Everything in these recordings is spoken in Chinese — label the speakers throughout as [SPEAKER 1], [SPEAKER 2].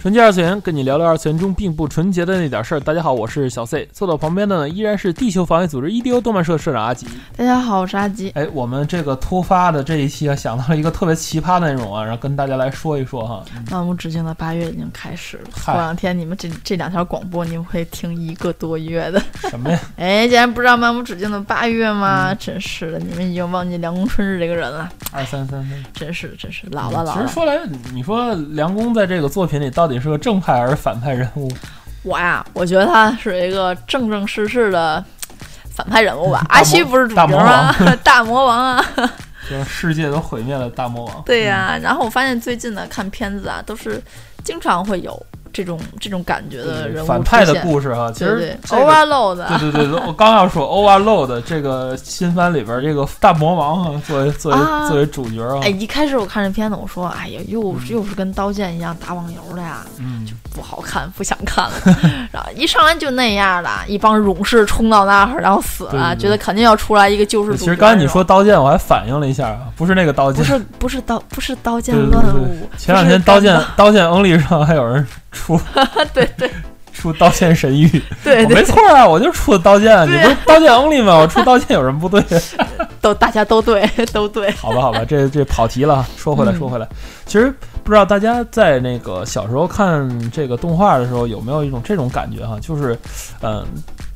[SPEAKER 1] 纯洁二次元，跟你聊聊二次元中并不纯洁的那点事儿。大家好，我是小 C，坐到旁边的呢依然是地球防卫组织 EDO 动漫社社长阿吉。
[SPEAKER 2] 大家好，我是阿吉。
[SPEAKER 1] 哎，我们这个突发的这一期啊，想到了一个特别奇葩的内容啊，然后跟大家来说一说哈。
[SPEAKER 2] 漫无止境的八月已经开始了，
[SPEAKER 1] 嗨
[SPEAKER 2] 过两天你们这这两条广播你们会听一个多月的。
[SPEAKER 1] 什么呀？
[SPEAKER 2] 哎，竟然不知道漫无止境的八月吗？
[SPEAKER 1] 嗯
[SPEAKER 2] 真是的，你们已经忘记梁公春日这个人了，
[SPEAKER 1] 二三三 三。
[SPEAKER 2] 真是的真是老了老
[SPEAKER 1] 其实
[SPEAKER 2] 了。
[SPEAKER 1] 说来，你说梁工在这个作品里到底是个正派还是反派人物？
[SPEAKER 2] 我呀，我觉得他是一个正正式式的。反派人物吧，
[SPEAKER 1] 嗯大魔
[SPEAKER 2] 阿虚不是主角吗？ 大魔王啊，
[SPEAKER 1] 就是世界都毁灭了大魔王。
[SPEAKER 2] 对呀、然后我发现最近呢，看片子啊，都是经常会有这种这种感觉的
[SPEAKER 1] 嗯
[SPEAKER 2] 呃人物
[SPEAKER 1] 反派
[SPEAKER 2] 出
[SPEAKER 1] 的
[SPEAKER 2] 现
[SPEAKER 1] 故事啊，其
[SPEAKER 2] 对
[SPEAKER 1] 实
[SPEAKER 2] 对
[SPEAKER 1] 这个
[SPEAKER 2] ，overload 啊
[SPEAKER 1] 对对对，我刚要说 Overload 这个新番里边这个大魔王啊，作为作为、
[SPEAKER 2] 啊
[SPEAKER 1] 作为主角啊，
[SPEAKER 2] 哎，一开始我看这片子，我说，哎呀，又是又是跟刀剑一样打网游的呀，
[SPEAKER 1] 嗯，
[SPEAKER 2] 不好看，不想看了。 然后一上来就那样了，一帮勇士冲到那儿，然后死
[SPEAKER 1] 对对
[SPEAKER 2] 了，
[SPEAKER 1] 对
[SPEAKER 2] 觉得肯定要出来一个救世主。
[SPEAKER 1] 其实刚才你说。刀剑，我还反应了一下，啊不是那个刀
[SPEAKER 2] 不
[SPEAKER 1] 剑。
[SPEAKER 2] 是不是刀不是刀剑
[SPEAKER 1] 对对对
[SPEAKER 2] 乱
[SPEAKER 1] 对
[SPEAKER 2] 舞，
[SPEAKER 1] 前两天
[SPEAKER 2] 不是
[SPEAKER 1] 刀剑
[SPEAKER 2] 钢
[SPEAKER 1] 刀剑 Only 上还有人出
[SPEAKER 2] 对对
[SPEAKER 1] 出刀剑神域，
[SPEAKER 2] 对
[SPEAKER 1] 我没
[SPEAKER 2] 对，
[SPEAKER 1] 错啊，我就出的刀剑，你
[SPEAKER 2] 对
[SPEAKER 1] 不是刀剑 Only 吗？我出刀剑有什么不对？啊
[SPEAKER 2] 都大家都对 都对，
[SPEAKER 1] 好吧，好吧，这这跑题了。说回来，
[SPEAKER 2] 嗯
[SPEAKER 1] 说回来，其实不知道大家在那个小时候看这个动画的时候，有没有一种这种感觉哈、就是，嗯、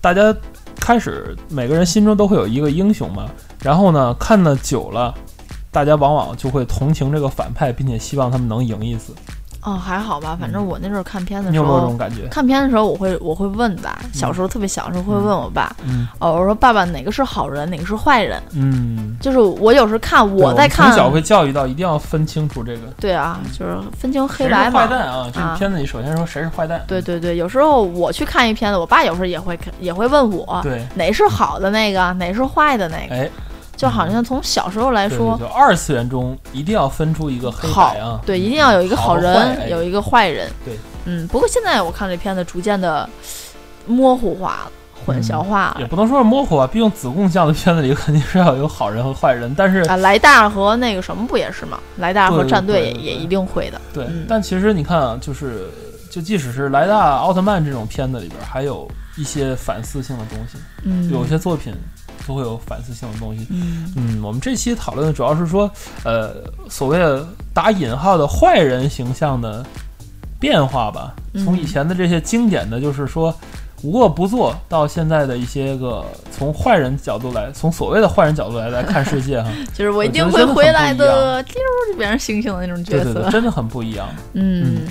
[SPEAKER 1] 大家开始每个人心中都会有一个英雄嘛，然后呢，看的久了。大家往往就会同情这个反派，并且希望他们能赢一次。
[SPEAKER 2] 哦还好吧，反正我那时候看片的
[SPEAKER 1] 你嗯有
[SPEAKER 2] 时
[SPEAKER 1] 没有这
[SPEAKER 2] 候
[SPEAKER 1] 种，感觉？
[SPEAKER 2] 看片的时候我会我会问吧，小时候特别小的时候会问我爸，
[SPEAKER 1] 嗯
[SPEAKER 2] 哦我说爸爸哪个是好人，哪个是坏人，
[SPEAKER 1] 嗯，
[SPEAKER 2] 就是我有时候看
[SPEAKER 1] 对
[SPEAKER 2] 我在看
[SPEAKER 1] 从小会教育到一定要分清楚这个
[SPEAKER 2] 对啊，就是分清黑
[SPEAKER 1] 谁是
[SPEAKER 2] 白
[SPEAKER 1] 坏
[SPEAKER 2] 嘛。
[SPEAKER 1] 蛋啊。这
[SPEAKER 2] 啊
[SPEAKER 1] 个片子里首先说谁是坏蛋，
[SPEAKER 2] 对对对，有时候我去看一片子，我爸有时候也会看也会问我，
[SPEAKER 1] 对，
[SPEAKER 2] 哪是好的那个，哪是坏的那个，
[SPEAKER 1] 哎，
[SPEAKER 2] 就好像从小时候来
[SPEAKER 1] 对
[SPEAKER 2] 说，
[SPEAKER 1] 对对二次元中一定要分出一个黑
[SPEAKER 2] 好
[SPEAKER 1] 白啊，
[SPEAKER 2] 对，一定要有一个
[SPEAKER 1] 好
[SPEAKER 2] 好
[SPEAKER 1] 和
[SPEAKER 2] 人，
[SPEAKER 1] 坏哎
[SPEAKER 2] 有一个坏人。
[SPEAKER 1] 对，
[SPEAKER 2] 嗯，不过现在我看这片子逐渐的模糊化了，混
[SPEAKER 1] 嗯
[SPEAKER 2] 淆化了。
[SPEAKER 1] 也不能说是模糊吧，毕竟子贡像的片子里肯定是要有好人和坏人，但是
[SPEAKER 2] 啊，莱达尔和那个什么不也是吗？莱达尔和
[SPEAKER 1] 对
[SPEAKER 2] 战队也
[SPEAKER 1] 对对
[SPEAKER 2] 也一定会的。
[SPEAKER 1] 对
[SPEAKER 2] 嗯，
[SPEAKER 1] 但其实你看啊，就是就即使是莱大奥特曼这种片子里边，还有一些反思性的东西，
[SPEAKER 2] 嗯，
[SPEAKER 1] 有些作品都会有反思性的东西。
[SPEAKER 2] 嗯，
[SPEAKER 1] 嗯，我们这期讨论的主要是说，呃，所谓的打引号的坏人形象的变化吧，
[SPEAKER 2] 嗯
[SPEAKER 1] 从以前的这些经典的，就是说无恶不作，到现在的一些个从坏人角度来，从所谓的坏人角度来来看世界 哈，
[SPEAKER 2] 就是我一
[SPEAKER 1] 我觉
[SPEAKER 2] 定
[SPEAKER 1] 得
[SPEAKER 2] 会
[SPEAKER 1] 真的
[SPEAKER 2] 回
[SPEAKER 1] 很
[SPEAKER 2] 来
[SPEAKER 1] 不一
[SPEAKER 2] 的，丢就变成星星的那种角
[SPEAKER 1] 对
[SPEAKER 2] 色。
[SPEAKER 1] 对对，真的很不一样。
[SPEAKER 2] 嗯，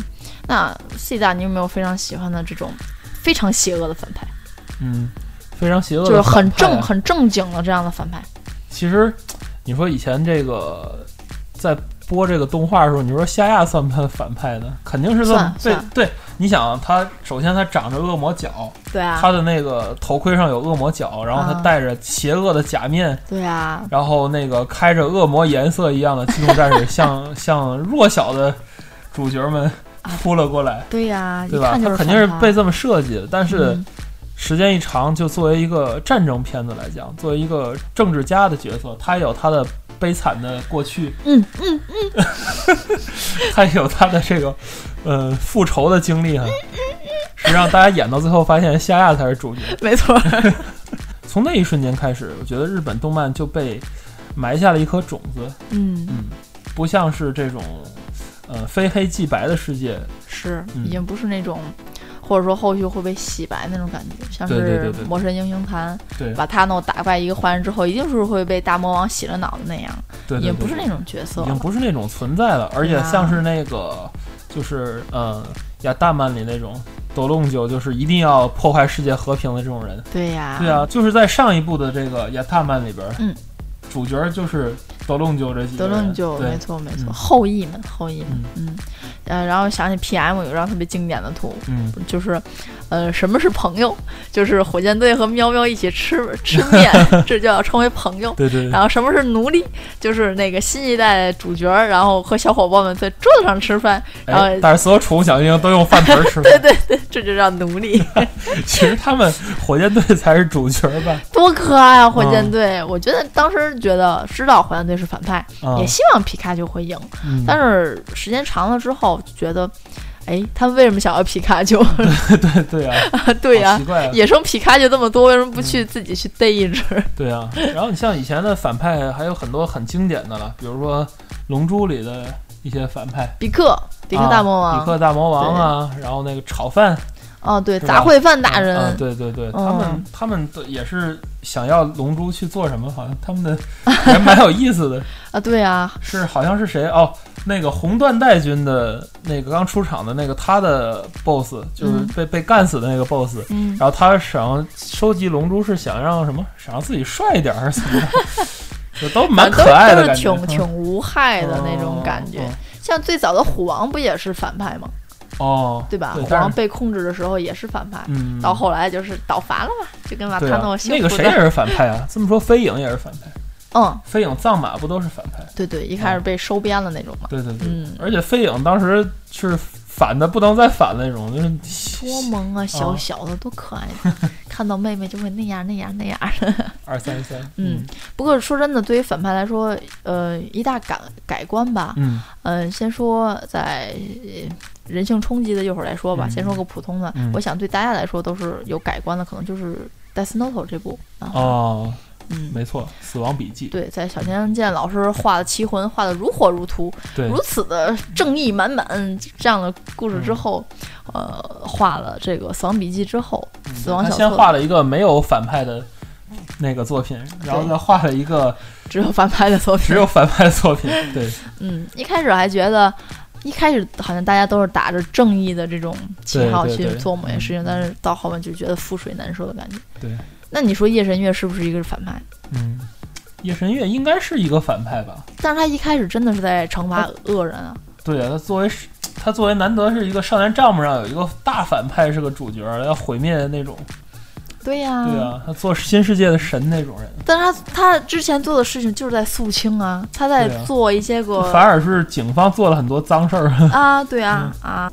[SPEAKER 2] 那 C 大，你有没有非常喜欢的这种非常邪恶的反派，
[SPEAKER 1] 嗯，非常邪恶的
[SPEAKER 2] 就是
[SPEAKER 1] 反
[SPEAKER 2] 很
[SPEAKER 1] 派
[SPEAKER 2] 正、
[SPEAKER 1] 啊
[SPEAKER 2] 很正经的这样的反派？
[SPEAKER 1] 其实你说以前这个在播这个动画的时候，你说夏亚算不算反派呢？肯定是
[SPEAKER 2] 算
[SPEAKER 1] 对
[SPEAKER 2] 算
[SPEAKER 1] 对。你想啊，他首先他长着恶魔角，
[SPEAKER 2] 对啊，
[SPEAKER 1] 他的那个头盔上有恶魔角，然后他
[SPEAKER 2] 啊
[SPEAKER 1] 戴着邪恶的假面，
[SPEAKER 2] 对啊，
[SPEAKER 1] 然后那个开着恶魔颜色一样的机动战士向 向弱小的主角们扑了过来，
[SPEAKER 2] 对呀、
[SPEAKER 1] 对
[SPEAKER 2] 啊一
[SPEAKER 1] 吧？
[SPEAKER 2] 看就
[SPEAKER 1] 他
[SPEAKER 2] 是
[SPEAKER 1] 肯定是
[SPEAKER 2] 反派
[SPEAKER 1] 被这么设计的，但是。
[SPEAKER 2] 嗯
[SPEAKER 1] 时间一长，就作为一个战争片子来讲，作为一个政治家的角色，他有他的悲惨的过去，
[SPEAKER 2] 嗯
[SPEAKER 1] 嗯嗯， 他有他的这个，呃，复仇的经历哈。实际上，大家演到最后发现夏亚才是主角。
[SPEAKER 2] 嗯没错，
[SPEAKER 1] 从那一瞬间开始，我觉得日本动漫就被埋下了一颗种子，
[SPEAKER 2] 嗯，
[SPEAKER 1] 嗯，不像是这种，呃，非黑即白的世界，
[SPEAKER 2] 是
[SPEAKER 1] 嗯
[SPEAKER 2] 已经不是那种。或者说后续会被洗白那种感觉，像
[SPEAKER 1] 对对
[SPEAKER 2] 是
[SPEAKER 1] 对对
[SPEAKER 2] 《魔神英雄坛》
[SPEAKER 1] 对
[SPEAKER 2] 把他诺打败一个坏人之后，一定是会被大魔王洗了脑的那样，
[SPEAKER 1] 对对
[SPEAKER 2] 也
[SPEAKER 1] 对
[SPEAKER 2] 不是那
[SPEAKER 1] 种。
[SPEAKER 2] 种角色
[SPEAKER 1] 已经
[SPEAKER 2] 了。
[SPEAKER 1] 不是那种存在了，而且
[SPEAKER 2] 啊
[SPEAKER 1] 像是那个，就是嗯，亚大曼里那种斗龙九，就是一定要破坏世界和平的这种人。啊
[SPEAKER 2] 对呀、
[SPEAKER 1] 对啊，就是在上一部的这个亚大曼里边，
[SPEAKER 2] 啊嗯，
[SPEAKER 1] 主角就是德楞就这几个
[SPEAKER 2] 德
[SPEAKER 1] 人，
[SPEAKER 2] 楞就
[SPEAKER 1] 对
[SPEAKER 2] 没错没错，
[SPEAKER 1] 嗯
[SPEAKER 2] 后羿们后羿们，嗯，呃，然后想起 PM 有一张特别经典的图，
[SPEAKER 1] 嗯，
[SPEAKER 2] 就是，呃，什么是朋友？就是火箭队和喵喵一起吃吃 面，这就要称为朋友。
[SPEAKER 1] 对对对，
[SPEAKER 2] 然后什么是奴隶？就是那个新一代主角，然后和小伙伴们在桌子上吃饭，然后
[SPEAKER 1] 哎，但是所有宠物小精灵都用饭盆儿吃饭，
[SPEAKER 2] 对对对，这就叫 奴隶，
[SPEAKER 1] 其实他们火箭队才是主角吧？
[SPEAKER 2] 多可爱啊！火
[SPEAKER 1] 嗯
[SPEAKER 2] 箭队，我觉得当时觉得知道火箭队是反派，
[SPEAKER 1] 啊、
[SPEAKER 2] 也希望皮卡丘会赢，
[SPEAKER 1] 嗯，
[SPEAKER 2] 但是时间长了之后就觉得，哎，他为什么想要皮卡丘？
[SPEAKER 1] 对 对啊，
[SPEAKER 2] 对呀、
[SPEAKER 1] 好嗯奇怪啊，
[SPEAKER 2] 野生皮卡丘这么多，为什么不去自己去逮一 只？
[SPEAKER 1] 对啊。然后你像以前的反派还有很多很经典的了，比如说《龙珠》里的一些反派，
[SPEAKER 2] 比克，比克大魔
[SPEAKER 1] 啊、
[SPEAKER 2] 王
[SPEAKER 1] 比，克大魔王啊，然后那个炒饭
[SPEAKER 2] 哦，对，
[SPEAKER 1] 是吧
[SPEAKER 2] 杂烩饭大人，嗯
[SPEAKER 1] 啊，对对对，他们他们都也是想要龙珠去做什么，好像他们的 还蛮有意思的，
[SPEAKER 2] 啊，对啊，
[SPEAKER 1] 是好像是谁哦，那个红缎带军的那个刚出场的那个他的 BOSS 就是
[SPEAKER 2] 嗯
[SPEAKER 1] 被、被干死的那个 BOSS，
[SPEAKER 2] 嗯，
[SPEAKER 1] 然后他想收集龙珠是想让什么？想让自己帅一点还是怎么着？就都蛮可爱的
[SPEAKER 2] 都
[SPEAKER 1] 感
[SPEAKER 2] 是
[SPEAKER 1] 觉，嗯
[SPEAKER 2] 挺挺无害的那种感觉。像最早的虎王不也是反派吗？
[SPEAKER 1] 哦，
[SPEAKER 2] 对吧？
[SPEAKER 1] 对
[SPEAKER 2] 虎
[SPEAKER 1] 但
[SPEAKER 2] 王
[SPEAKER 1] 是
[SPEAKER 2] 被控制的时候也是反派，
[SPEAKER 1] 嗯，
[SPEAKER 2] 到后来就是倒反了嘛，就跟瓦塔
[SPEAKER 1] 对啊
[SPEAKER 2] 诺，幸
[SPEAKER 1] 那个
[SPEAKER 2] 福
[SPEAKER 1] 谁也
[SPEAKER 2] 的，
[SPEAKER 1] 是反派啊？这么说，飞影也是反派，
[SPEAKER 2] 嗯，
[SPEAKER 1] 飞影藏马不都是反派？
[SPEAKER 2] 对对，一开始被收编了那种嘛，
[SPEAKER 1] 对哦对对，
[SPEAKER 2] 嗯
[SPEAKER 1] 而且飞影当时是反的不能再反的那种，就是
[SPEAKER 2] 多萌啊，
[SPEAKER 1] 哦
[SPEAKER 2] 小小的多可爱，看到妹妹就会那样那样那样。
[SPEAKER 1] 二三三，
[SPEAKER 2] 嗯不过说真的，对于反派来说，呃，一大改改观吧。
[SPEAKER 1] 嗯
[SPEAKER 2] 嗯、先说在呃人性冲击的一会儿来说吧，
[SPEAKER 1] 嗯
[SPEAKER 2] 先说个普通的。
[SPEAKER 1] 嗯
[SPEAKER 2] 我想对大家来说都是有改观的，可能就是《Death Note》这部啊，
[SPEAKER 1] 哦，
[SPEAKER 2] 嗯，
[SPEAKER 1] 没错，《死亡笔记》
[SPEAKER 2] 对，在小田健老师画的《棋魂》画的如火如荼，
[SPEAKER 1] 对
[SPEAKER 2] 如此的正义满满这样的故事
[SPEAKER 1] 嗯
[SPEAKER 2] 之后，呃，画了这个《死亡笔记》之后，
[SPEAKER 1] 嗯
[SPEAKER 2] 死亡
[SPEAKER 1] 他
[SPEAKER 2] 小
[SPEAKER 1] 先
[SPEAKER 2] 册
[SPEAKER 1] 画了一个没有反派的那个作品，然后
[SPEAKER 2] 对
[SPEAKER 1] 再画了一个
[SPEAKER 2] 只有翻拍的作品，
[SPEAKER 1] 只有反派的作品， 对。
[SPEAKER 2] 嗯，一开始还觉得，一开始好像大家都是打着正义的这种旗号
[SPEAKER 1] 对对
[SPEAKER 2] 去
[SPEAKER 1] 对
[SPEAKER 2] 做某些事情，
[SPEAKER 1] 嗯
[SPEAKER 2] 但是到后面就觉得覆水难收的感觉。
[SPEAKER 1] 对，
[SPEAKER 2] 那你说夜神月是不是一个反派？
[SPEAKER 1] 嗯，夜神月应该是一个反派吧？
[SPEAKER 2] 但是他一开始真的是在惩罚恶人啊，
[SPEAKER 1] 对啊，他作为是他作为难得是一个少年帐目上有一个大反派是个主角，要毁灭那种，
[SPEAKER 2] 对呀、
[SPEAKER 1] 对啊，他做新世界的神那种人，
[SPEAKER 2] 但是他他之前做的事情就是在肃清啊，他在
[SPEAKER 1] 对啊
[SPEAKER 2] 做一些 个
[SPEAKER 1] 反而是警方做了很多脏事儿。
[SPEAKER 2] 啊，对啊、
[SPEAKER 1] 嗯
[SPEAKER 2] 啊，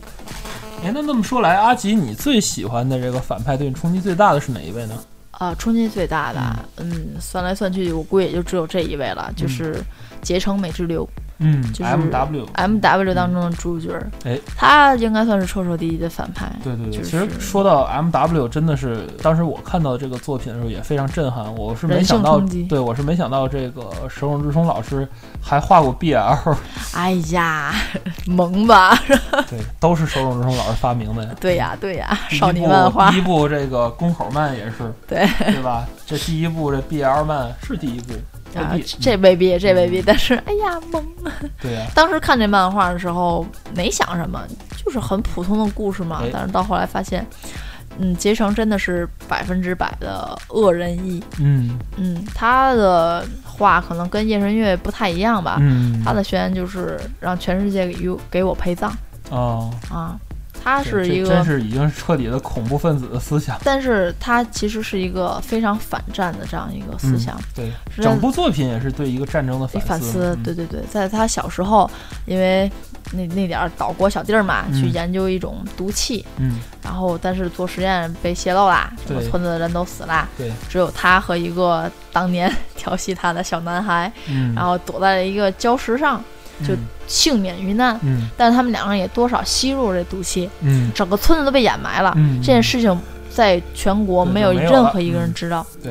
[SPEAKER 1] 哎，那那么说来，阿吉，你最喜欢的这个反派对你冲击最大的是哪一位呢？
[SPEAKER 2] 啊，冲击最大的，嗯算来算去，我估计也就只有这一位了，就是结城美之流。
[SPEAKER 1] 嗯
[SPEAKER 2] 就是
[SPEAKER 1] m W，
[SPEAKER 2] M W 当中的主角，
[SPEAKER 1] 嗯哎
[SPEAKER 2] 他应该算是彻彻底底的反派。
[SPEAKER 1] 对对对，
[SPEAKER 2] 就是
[SPEAKER 1] 其实说到 M W，真的是当时我看到这个作品的时候也非常震撼，我是没
[SPEAKER 2] 人性
[SPEAKER 1] 想到
[SPEAKER 2] 冲击，
[SPEAKER 1] 对我是没想到这个手冢治虫老师还画过 B L，
[SPEAKER 2] 哎呀， 萌吧？
[SPEAKER 1] 对，都是手冢治虫老师发明的呀。
[SPEAKER 2] 对呀，对呀，
[SPEAKER 1] 第一
[SPEAKER 2] 少女
[SPEAKER 1] 部
[SPEAKER 2] 漫画
[SPEAKER 1] 第一部这个宫口漫也是，
[SPEAKER 2] 对
[SPEAKER 1] 对吧？这第一部这 BL 漫是第一部，
[SPEAKER 2] 啊
[SPEAKER 1] 未必，
[SPEAKER 2] 这未必，这未
[SPEAKER 1] 嗯
[SPEAKER 2] 必。但是，哎呀，萌！
[SPEAKER 1] 对呀、
[SPEAKER 2] 当时看这漫画的时候没想什么，就是很普通的故事嘛
[SPEAKER 1] 哎。
[SPEAKER 2] 但是到后来发现，嗯，结城真的是百分之百的恶人一。
[SPEAKER 1] 嗯
[SPEAKER 2] 嗯，他的画可能跟夜神月不太一样吧。
[SPEAKER 1] 嗯
[SPEAKER 2] 啊他的宣言就是让全世界与给我陪葬
[SPEAKER 1] 哦，
[SPEAKER 2] 啊。他
[SPEAKER 1] 这
[SPEAKER 2] 是一
[SPEAKER 1] 这真
[SPEAKER 2] 个
[SPEAKER 1] 是已经是彻底的恐怖分子的思想。
[SPEAKER 2] 但是他其实是一个非常反战的这样一个思想，
[SPEAKER 1] 对，
[SPEAKER 2] 是
[SPEAKER 1] 嗯
[SPEAKER 2] 在
[SPEAKER 1] 整部作品也是对一个战争的
[SPEAKER 2] 一反
[SPEAKER 1] 思嗯
[SPEAKER 2] 思
[SPEAKER 1] 嘛。，
[SPEAKER 2] 嗯对对对，在他小时候，因为那那点儿岛国小弟儿嘛，
[SPEAKER 1] 嗯
[SPEAKER 2] 去研究一种毒气，
[SPEAKER 1] 嗯，
[SPEAKER 2] 然后但是做实验被泄露啦，整个
[SPEAKER 1] 对
[SPEAKER 2] 村子的人都死啦，
[SPEAKER 1] 对
[SPEAKER 2] 只有他和一个当年调戏他的小男孩，
[SPEAKER 1] 嗯，
[SPEAKER 2] 然后躲在了一个礁石上，就幸免于难。
[SPEAKER 1] 嗯
[SPEAKER 2] 但是他们两个人也多少吸入这毒气，
[SPEAKER 1] 嗯
[SPEAKER 2] 整个村子都被掩埋了。
[SPEAKER 1] 嗯，
[SPEAKER 2] 啊这件事情在全国
[SPEAKER 1] 对
[SPEAKER 2] 没
[SPEAKER 1] 就
[SPEAKER 2] 有
[SPEAKER 1] 没有
[SPEAKER 2] 任
[SPEAKER 1] 了
[SPEAKER 2] 何一个人
[SPEAKER 1] 嗯
[SPEAKER 2] 知道。
[SPEAKER 1] 对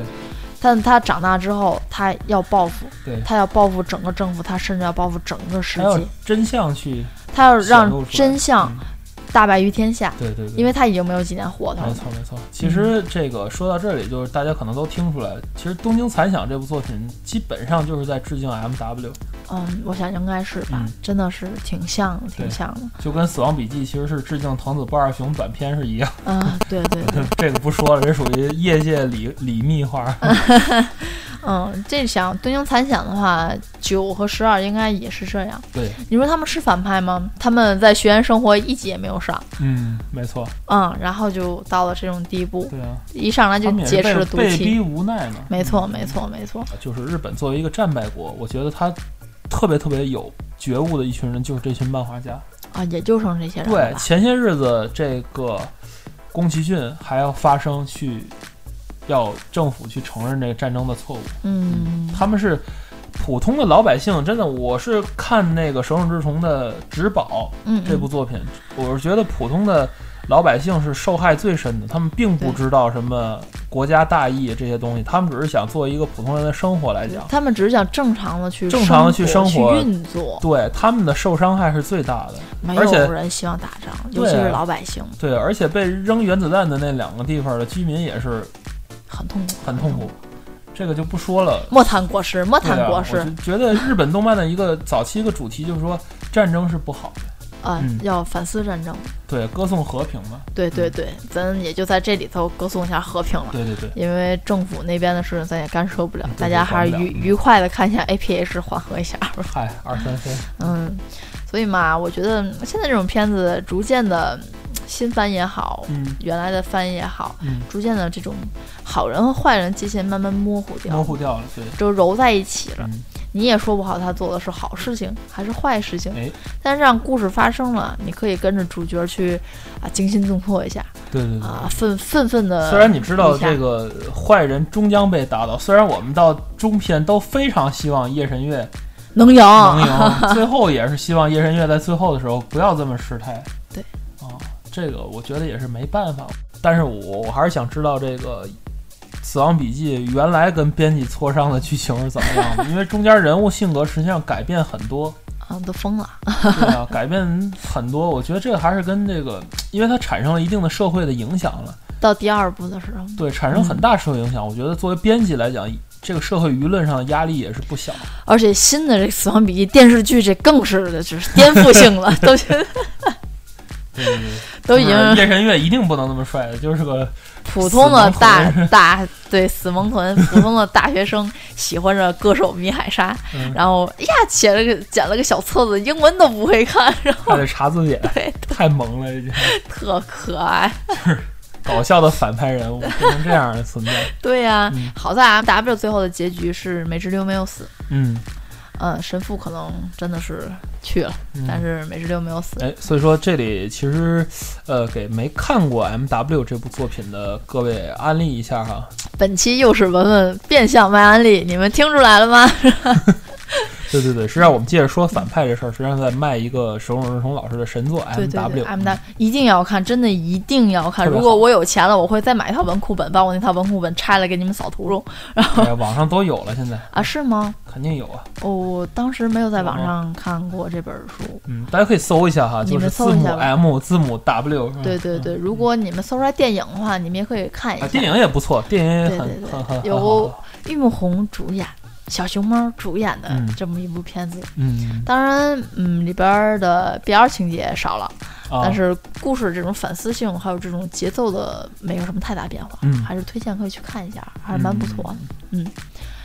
[SPEAKER 2] 但他长大之后，他要报复，
[SPEAKER 1] 对
[SPEAKER 2] 他要报复整个政府，他甚至要报复整个世
[SPEAKER 1] 还有
[SPEAKER 2] 界，
[SPEAKER 1] 真相去
[SPEAKER 2] 他要
[SPEAKER 1] 显露
[SPEAKER 2] 让
[SPEAKER 1] 出来
[SPEAKER 2] 真相
[SPEAKER 1] 嗯
[SPEAKER 2] 大白于天下，
[SPEAKER 1] 对对对，
[SPEAKER 2] 因为他已经没有几年活头
[SPEAKER 1] 没
[SPEAKER 2] 了。
[SPEAKER 1] 错没错，其实这个说到这里，就是大家可能都听出来，其实《东京残响》这部作品基本上就是在致敬 M W，
[SPEAKER 2] 嗯，我想应该是吧，
[SPEAKER 1] 嗯
[SPEAKER 2] 真的是挺像，挺
[SPEAKER 1] 对
[SPEAKER 2] 像的。
[SPEAKER 1] 就跟《死亡笔记》其实是致敬藤子不二雄短篇是一 样。
[SPEAKER 2] 嗯，对对对，
[SPEAKER 1] 这个不说了，这属于业界里里密画。
[SPEAKER 2] 嗯，这想东京残响的话，九和十二应该也是这样。
[SPEAKER 1] 对，
[SPEAKER 2] 你说他们是反派吗？他们在学员生活一集也没有上，
[SPEAKER 1] 嗯，没错，
[SPEAKER 2] 嗯，然后就到了这种地步，
[SPEAKER 1] 对啊，
[SPEAKER 2] 一上来就
[SPEAKER 1] 他们也是
[SPEAKER 2] 劫持
[SPEAKER 1] 被
[SPEAKER 2] 了毒
[SPEAKER 1] 被逼
[SPEAKER 2] 气。
[SPEAKER 1] 无奈嘛，嗯
[SPEAKER 2] 没错，没错，没错。
[SPEAKER 1] 就是日本作为一个战败国，我觉得他特别特别有觉悟的一群人，就是这群漫画家。
[SPEAKER 2] 啊，也就剩这些人了
[SPEAKER 1] 对，
[SPEAKER 2] 吧。
[SPEAKER 1] 前些日子这个宫崎骏还要发声去要政府去承认这个战争的错误，
[SPEAKER 2] 嗯，
[SPEAKER 1] 他们是普通的老百姓，真的，我是看那个《手冢治虫的《纸宝》
[SPEAKER 2] 嗯，
[SPEAKER 1] 这部作品，我是觉得普通的老百姓是受害最深的，他们并不
[SPEAKER 2] 对
[SPEAKER 1] 知道什么国家大义这些东西，他们只是想做一个普通人的生活来
[SPEAKER 2] 嗯
[SPEAKER 1] 讲。
[SPEAKER 2] 他们只是想正常的去
[SPEAKER 1] 正常地
[SPEAKER 2] 去
[SPEAKER 1] 去生活
[SPEAKER 2] 去运作，
[SPEAKER 1] 对他们的受伤害是最大的，
[SPEAKER 2] 没
[SPEAKER 1] 而且
[SPEAKER 2] 有人希望打仗，尤其
[SPEAKER 1] 对啊
[SPEAKER 2] 是老百姓，
[SPEAKER 1] 对，而且被扔原子弹的那两个地方的居民也是
[SPEAKER 2] 很痛苦，
[SPEAKER 1] 很痛苦，这个就不说了。
[SPEAKER 2] 莫谈国事，莫
[SPEAKER 1] 对
[SPEAKER 2] 谈
[SPEAKER 1] 啊，
[SPEAKER 2] 国
[SPEAKER 1] 我
[SPEAKER 2] 事
[SPEAKER 1] 就觉得日本动漫的一个早期一个主题就是说战争是不好的，
[SPEAKER 2] 啊
[SPEAKER 1] 嗯，
[SPEAKER 2] 要反思战争。
[SPEAKER 1] 对，歌颂和平嘛，
[SPEAKER 2] 对对对，咱也就在这里头歌颂一下和平了。
[SPEAKER 1] 对对对，
[SPEAKER 2] 因为政府那边的事情咱也干涉不了
[SPEAKER 1] 嗯，
[SPEAKER 2] 大家还是
[SPEAKER 1] 干涉不
[SPEAKER 2] 愉
[SPEAKER 1] 了嗯
[SPEAKER 2] 愉快的看一下 APH 缓和一下吧。
[SPEAKER 1] 嗨，二三分，
[SPEAKER 2] 嗯，所以嘛，我觉得现在这种片子逐渐的新番也好，
[SPEAKER 1] 嗯
[SPEAKER 2] 原来的番也好，
[SPEAKER 1] 嗯，
[SPEAKER 2] 逐渐的这种好人和坏人界限慢慢模糊掉，
[SPEAKER 1] 模糊掉了，对，
[SPEAKER 2] 就揉在一起了。
[SPEAKER 1] 嗯，
[SPEAKER 2] 你也说不好他做的是好事情还是坏事情，
[SPEAKER 1] 哎，
[SPEAKER 2] 但是让故事发生了，你可以跟着主角去啊惊心动魄一下
[SPEAKER 1] 对对对。
[SPEAKER 2] 啊，愤愤愤
[SPEAKER 1] 嗯
[SPEAKER 2] 的。
[SPEAKER 1] 虽然你知道这个坏人终将被打倒，虽然我们到中篇都非常希望夜神月
[SPEAKER 2] 能赢，
[SPEAKER 1] 能 赢，最后也是希望夜神月在最后的时候不要这么失态。
[SPEAKER 2] 对，
[SPEAKER 1] 啊，这个我觉得也是没办法，但是我我还是想知道这个《死亡笔记》原来跟编辑磋商的剧情是怎么样 的，因为中间人物性格实际上改变很多，
[SPEAKER 2] 啊，都疯了。
[SPEAKER 1] 对啊，改变很多。我觉得这个还是跟这个，因为它产生了一定的社会的影响了，
[SPEAKER 2] 到第二部的时候，
[SPEAKER 1] 对，产生很大社会影响。我觉得作为编辑来讲，这个社会舆论上的压力也是不小。
[SPEAKER 2] 而且新的这个《死亡笔记》电视剧，这更是就是颠覆性 了，都觉得
[SPEAKER 1] 对对对，
[SPEAKER 2] 都已
[SPEAKER 1] 就是
[SPEAKER 2] 经
[SPEAKER 1] 夜神月一定不能那么帅的，就是个
[SPEAKER 2] 普通的大
[SPEAKER 1] 死萌
[SPEAKER 2] 大对死萌臀，普通的大学生喜欢着歌手米海莎，
[SPEAKER 1] 嗯
[SPEAKER 2] 然后哎呀写了个捡了个小册子，英文都不会看， 然后
[SPEAKER 1] 还 得查字典，
[SPEAKER 2] 对
[SPEAKER 1] 太萌了，已经
[SPEAKER 2] 特可爱。
[SPEAKER 1] 搞笑的反派人物不能这样的存 在。
[SPEAKER 2] 对呀、
[SPEAKER 1] 嗯
[SPEAKER 2] 好在 M W 最后的结局是美智流没有死，
[SPEAKER 1] 嗯，
[SPEAKER 2] 嗯，神父可能真的是去了，
[SPEAKER 1] 嗯
[SPEAKER 2] 但是美智流没有死。
[SPEAKER 1] 哎，所以说这里其实，呃，给没看过 M W 这部作品的各位安利一下哈，
[SPEAKER 2] 本期又是文文变相卖安利，你们听出来 了吗？
[SPEAKER 1] 对对对，实际上我们接着说反派这事儿，实际上在卖一个手冢治虫老师的神作 M
[SPEAKER 2] 对
[SPEAKER 1] W。
[SPEAKER 2] 对对，M W 一定要看，真的一定要看。
[SPEAKER 1] 特别
[SPEAKER 2] 如果我有钱了，我会再买一套文库本，把我那套文库本拆了给你们扫图用
[SPEAKER 1] 哎网上都有了，现在
[SPEAKER 2] 啊？是吗？
[SPEAKER 1] 肯定有啊。
[SPEAKER 2] 哦，我当时没有在网
[SPEAKER 1] 哦
[SPEAKER 2] 上看过这本书。
[SPEAKER 1] 嗯，大家可以搜一下哈，
[SPEAKER 2] 你
[SPEAKER 1] 就
[SPEAKER 2] 们
[SPEAKER 1] 是字
[SPEAKER 2] 搜一
[SPEAKER 1] 母
[SPEAKER 2] 下吧
[SPEAKER 1] M 字母 W 是吧。
[SPEAKER 2] 对对对，
[SPEAKER 1] 嗯
[SPEAKER 2] 如果你们搜出来电影的话，你们也可以看一
[SPEAKER 1] 啊，
[SPEAKER 2] 下。
[SPEAKER 1] 电影也不错，电 影也
[SPEAKER 2] 对
[SPEAKER 1] 很
[SPEAKER 2] 对对
[SPEAKER 1] 很很很
[SPEAKER 2] 有
[SPEAKER 1] 好的。
[SPEAKER 2] 玉木宏主演，小熊猫主演的
[SPEAKER 1] 嗯
[SPEAKER 2] 这么一部片子。
[SPEAKER 1] 嗯，
[SPEAKER 2] 当然，嗯，里边儿的 BL 情节少了，
[SPEAKER 1] 啊
[SPEAKER 2] 但是故事这种反思性还有这种节奏的没有什么太大变化，
[SPEAKER 1] 嗯
[SPEAKER 2] 还是推荐可以去看一下，还是蛮不错的
[SPEAKER 1] 嗯。
[SPEAKER 2] 嗯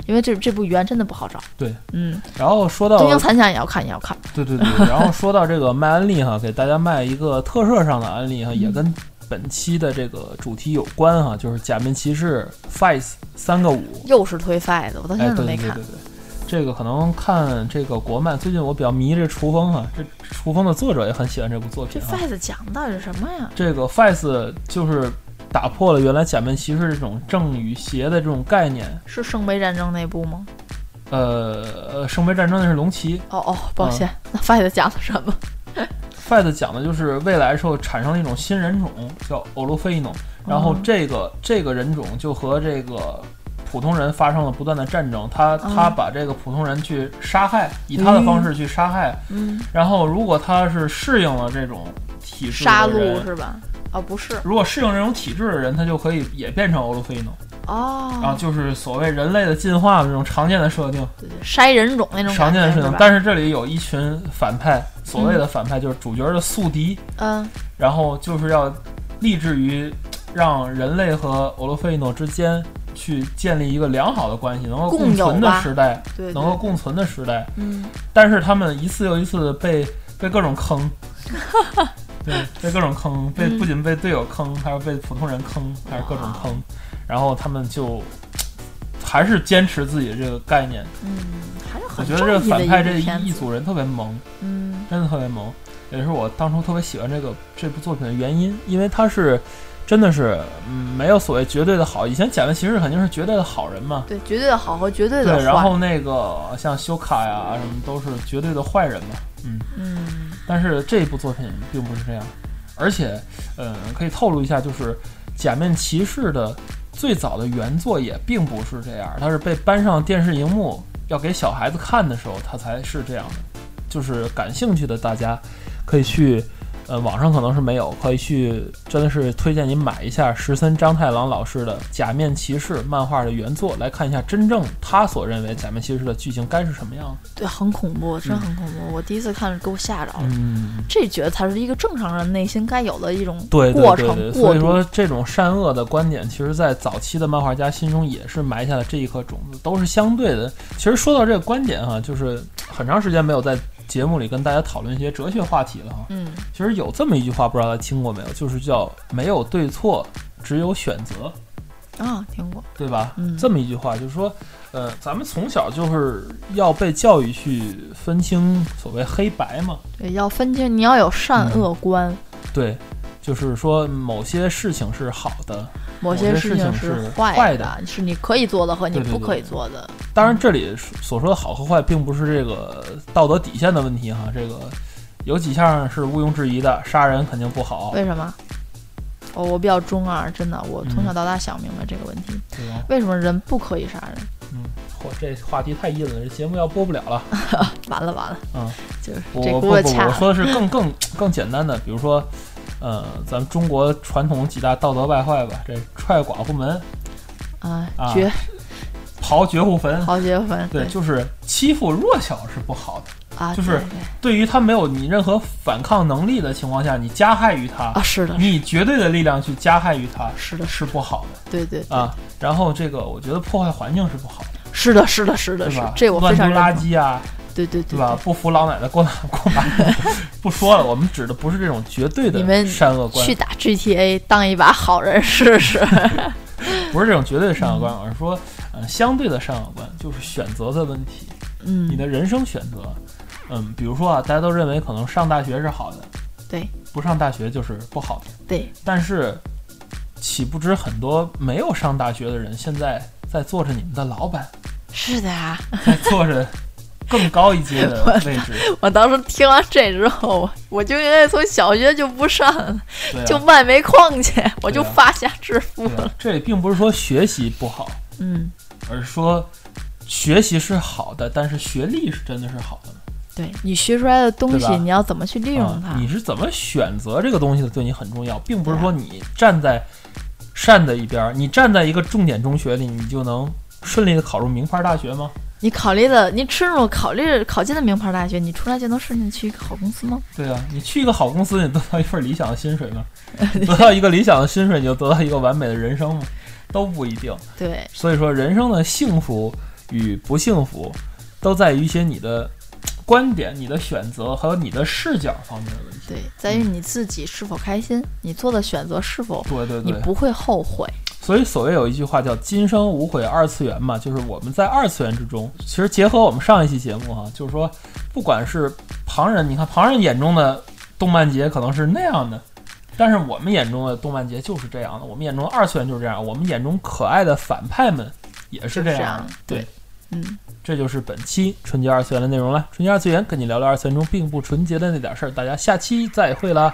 [SPEAKER 2] 因为这这部原真的不好找。
[SPEAKER 1] 对，哦
[SPEAKER 2] 嗯，
[SPEAKER 1] 然后说
[SPEAKER 2] 《
[SPEAKER 1] 到
[SPEAKER 2] 东京残响》也要看，也要看。
[SPEAKER 1] 对对对，然后说到这个卖安利哈，给大家卖一个特摄上的安利哈，也
[SPEAKER 2] 嗯
[SPEAKER 1] 跟本期的这个主题有关哈，就是《假面骑士 Fights 三个五》。
[SPEAKER 2] 又是推 f 的，我到现
[SPEAKER 1] 哎，
[SPEAKER 2] 在都
[SPEAKER 1] 对
[SPEAKER 2] 没
[SPEAKER 1] 对对
[SPEAKER 2] 看
[SPEAKER 1] 对。对，这个可能看这个国漫，最近我比较迷这厨风哈，这厨风的作者也很喜欢这部作
[SPEAKER 2] 这
[SPEAKER 1] 品哈
[SPEAKER 2] f。i 讲的到底是什么呀？
[SPEAKER 1] 这个 Fights 就是打破了原来假面骑士这种正与邪的这种概念。
[SPEAKER 2] 是圣杯战争那部吗？
[SPEAKER 1] 呃，呃，圣杯战争那是龙骑
[SPEAKER 2] 哦哦，抱歉，
[SPEAKER 1] 嗯
[SPEAKER 2] 那 f i 讲的什么？
[SPEAKER 1] ，Fights 讲的就是未来时候产生了一种新人种，叫欧罗菲诺。然
[SPEAKER 2] 哦
[SPEAKER 1] 后这个、这个人种就和这个普通人发生了不断的战争，他、
[SPEAKER 2] 哦
[SPEAKER 1] 他把这个普通人去杀害，以他的方式去杀害。
[SPEAKER 2] 嗯，
[SPEAKER 1] 然后如果他是适应了这种体制的
[SPEAKER 2] 杀
[SPEAKER 1] 人
[SPEAKER 2] 戮是吧？哦，不是，
[SPEAKER 1] 如果适应这种体制的人，他就可以也变成欧罗菲诺，
[SPEAKER 2] 哦，
[SPEAKER 1] 然后就是所谓人类的进化这种常见的设定，
[SPEAKER 2] 对对，筛人种那种
[SPEAKER 1] 常见的
[SPEAKER 2] 感
[SPEAKER 1] 设
[SPEAKER 2] 觉是
[SPEAKER 1] 定
[SPEAKER 2] 吧。
[SPEAKER 1] 但是这里有一群反派，所谓的反派就是主角的宿敌，
[SPEAKER 2] 嗯，
[SPEAKER 1] 然后就是要立志于让人类和欧罗菲诺之间去建立一个良好的关系，能够
[SPEAKER 2] 共有
[SPEAKER 1] 存的
[SPEAKER 2] 吧
[SPEAKER 1] 时代，
[SPEAKER 2] 对，对
[SPEAKER 1] 能够共存的时代。
[SPEAKER 2] 嗯，
[SPEAKER 1] 但是他们一次又一次地被被各种 坑，对，被各种坑，被
[SPEAKER 2] 嗯
[SPEAKER 1] 不仅被队友坑，还有被普通人坑，还有各种坑，然后他们就还是坚持自己的这个概念。
[SPEAKER 2] 嗯，还是
[SPEAKER 1] 我
[SPEAKER 2] 很
[SPEAKER 1] 觉得这
[SPEAKER 2] 正义的
[SPEAKER 1] 反
[SPEAKER 2] 一
[SPEAKER 1] 派
[SPEAKER 2] 部
[SPEAKER 1] 这
[SPEAKER 2] 片
[SPEAKER 1] 一
[SPEAKER 2] 子，
[SPEAKER 1] 组人特别萌，
[SPEAKER 2] 嗯
[SPEAKER 1] 真的特别萌，也是我当初特别喜欢这个这部作品的原因，因为他是。真的是，嗯，没有所谓绝对的好。以前假面骑士肯定是绝对的好人嘛，
[SPEAKER 2] 对，绝对的好和绝对的
[SPEAKER 1] 对。
[SPEAKER 2] 坏，
[SPEAKER 1] 然后那个像修卡呀啊什么都是绝对的坏人嘛，嗯。
[SPEAKER 2] 嗯
[SPEAKER 1] 但是这一部作品并不是这样，而且，嗯，可以透露一下，就是《假面骑士》的最早的原作也并不是这样，它是被搬上电视荧幕要给小孩子看的时候，它才是这样的。就是感兴趣的大家可以去，呃，网上可能是没有，可以去，呃真的是推荐你买一下石森章太郎老师的《假面骑士》漫画的原作，来看一下真正他所认为假面骑士的剧情该是什么样子。
[SPEAKER 2] 对，很恐怖，真很恐怖。我第一次看给我吓着了，
[SPEAKER 1] 嗯，
[SPEAKER 2] 这觉得才是一个正常人内心该有的一种
[SPEAKER 1] 对对
[SPEAKER 2] 过
[SPEAKER 1] 对
[SPEAKER 2] 程
[SPEAKER 1] 对
[SPEAKER 2] 过
[SPEAKER 1] 所以
[SPEAKER 2] 渡。
[SPEAKER 1] 说这种善恶的观点，其实在早期的漫画家心中也是埋下了这一颗种子，都是相对的。其实说到这个观点哈、就是很长时间没有在节目里跟大家讨论一些哲学话题了哈、
[SPEAKER 2] 嗯，
[SPEAKER 1] 其实有这么一句话，不知道大家听过没有，就是叫“没有对错，只有选择
[SPEAKER 2] 啊，听过，”，
[SPEAKER 1] 对吧？
[SPEAKER 2] 嗯
[SPEAKER 1] 这么一句话就是说，呃，咱们从小就是要被教育去分清所谓黑白嘛。
[SPEAKER 2] 对，要分清，你要有善
[SPEAKER 1] 嗯
[SPEAKER 2] 恶观，
[SPEAKER 1] 对，就是说某些事情是好的，
[SPEAKER 2] 某
[SPEAKER 1] 某
[SPEAKER 2] 些
[SPEAKER 1] 些
[SPEAKER 2] 事情
[SPEAKER 1] 事情是
[SPEAKER 2] 坏
[SPEAKER 1] 坏
[SPEAKER 2] 的，是你可以做的和你
[SPEAKER 1] 对对
[SPEAKER 2] 不
[SPEAKER 1] 对
[SPEAKER 2] 可以做的。
[SPEAKER 1] 当然，这里所说的好和坏，并不是这个道德底线的问题哈。这个有几项是毋庸置疑的，杀人肯定不好，
[SPEAKER 2] 为什么？哦我、我比较中二，真的，我从
[SPEAKER 1] 嗯
[SPEAKER 2] 小到大想明白这个问题，
[SPEAKER 1] 对吧？
[SPEAKER 2] 为什么人不可以杀人？
[SPEAKER 1] 嗯，嚯，这话题太阴了，这节目要播不了了。
[SPEAKER 2] 完了完了，
[SPEAKER 1] 嗯，
[SPEAKER 2] 就是
[SPEAKER 1] 我
[SPEAKER 2] 啊这
[SPEAKER 1] 我不
[SPEAKER 2] 锅
[SPEAKER 1] 不，
[SPEAKER 2] 掐
[SPEAKER 1] 我
[SPEAKER 2] 了。
[SPEAKER 1] 说的是更更更简单的，比如说，呃，咱们中国传统几大道德败坏吧，这踹寡妇门、
[SPEAKER 2] 啊
[SPEAKER 1] 啊，
[SPEAKER 2] 绝
[SPEAKER 1] 刨绝户坟，
[SPEAKER 2] 好结婚，
[SPEAKER 1] 对，就是欺负弱小是不好的。
[SPEAKER 2] 啊，
[SPEAKER 1] 就是
[SPEAKER 2] 对对
[SPEAKER 1] 对于他没有你任何反抗能力的情况下，你加害于他
[SPEAKER 2] 啊，，是的，
[SPEAKER 1] 你以绝对的力量去加害于他，
[SPEAKER 2] 是的，
[SPEAKER 1] 是不好的。
[SPEAKER 2] 对对，
[SPEAKER 1] 啊，然后这个我觉得破坏环境是不好的，
[SPEAKER 2] 是的，是的，是的，
[SPEAKER 1] 对
[SPEAKER 2] 是
[SPEAKER 1] 吧？
[SPEAKER 2] 这我非
[SPEAKER 1] 乱
[SPEAKER 2] 常
[SPEAKER 1] 丢垃
[SPEAKER 2] 认同，
[SPEAKER 1] 圾啊，
[SPEAKER 2] 对对对
[SPEAKER 1] 对吧？？不服老奶奶过马 过马路，不说了，我们指的不是这种绝对
[SPEAKER 2] 你们
[SPEAKER 1] 的善恶
[SPEAKER 2] 对
[SPEAKER 1] 观
[SPEAKER 2] 去，打 GTA 当一把好人 试试，
[SPEAKER 1] 不是这种绝对的善恶
[SPEAKER 2] 嗯
[SPEAKER 1] 观，而是说，呃，相对的善恶观就是选择的问题，你
[SPEAKER 2] 嗯，
[SPEAKER 1] 的人生选择，嗯，比如说啊，大家都认为可能上大学是好的，
[SPEAKER 2] 对，
[SPEAKER 1] 不上大学就是不好的，
[SPEAKER 2] 对，
[SPEAKER 1] 但是岂不知很多没有上大学的人现在在做着你们的老板，
[SPEAKER 2] 是的啊。
[SPEAKER 1] 在做着更高一阶的位置。
[SPEAKER 2] 我当时听完这之后，我我就应该从小学就不上了，
[SPEAKER 1] 对啊
[SPEAKER 2] 就卖煤矿去，我就
[SPEAKER 1] 对啊
[SPEAKER 2] 发家致富
[SPEAKER 1] 对
[SPEAKER 2] 了。
[SPEAKER 1] 啊，这里并不是说学习不好，
[SPEAKER 2] 嗯，
[SPEAKER 1] 而是说学习是好的，但是学历是真的是好的吗？
[SPEAKER 2] 对你学出来的东
[SPEAKER 1] 对
[SPEAKER 2] 西
[SPEAKER 1] 吧，
[SPEAKER 2] 你要怎么去利用它？
[SPEAKER 1] 啊，你是怎么选择这个东西的，对你很重要，并不是
[SPEAKER 2] 啊
[SPEAKER 1] 说你站在善的一边儿，你站在一个重点中学里，你就能顺利的考入名牌大学吗？
[SPEAKER 2] 你考虑的，你吃入考虑考进了名牌大学，你出来就能顺利去一个好公司吗？
[SPEAKER 1] 对啊，你去一个好公司，你得到一份理想的薪水 吗？得到一个理想的薪水，你就得到一个完美的人生吗？都不一定。
[SPEAKER 2] 对，
[SPEAKER 1] 所以说，人生的幸福与不幸福，都在于一些你的嘖观点、你的选择还有你的视角方面的问题。
[SPEAKER 2] 对，在于你自己是否开心，你做的选择是否
[SPEAKER 1] 对对
[SPEAKER 2] 你
[SPEAKER 1] 对，
[SPEAKER 2] 不会后悔。
[SPEAKER 1] 所以所谓有一句话叫“今生无悔二次元”嘛，就是我们在二次元之中，其实结合我们上一期节目哈、就是说，不管是旁人，你看旁人眼中的动漫节可能是那样的，但是我们眼中的动漫节就是这样的，我们眼中的二次元就是这样，我们眼中可爱的反派们也是这
[SPEAKER 2] 就是这
[SPEAKER 1] 样
[SPEAKER 2] 样
[SPEAKER 1] 的，
[SPEAKER 2] 对嗯，
[SPEAKER 1] 这就是本期纯洁二次元的内容了。纯洁二次元跟你聊聊二次元中并不纯洁的那点事儿，大家下期再会啦。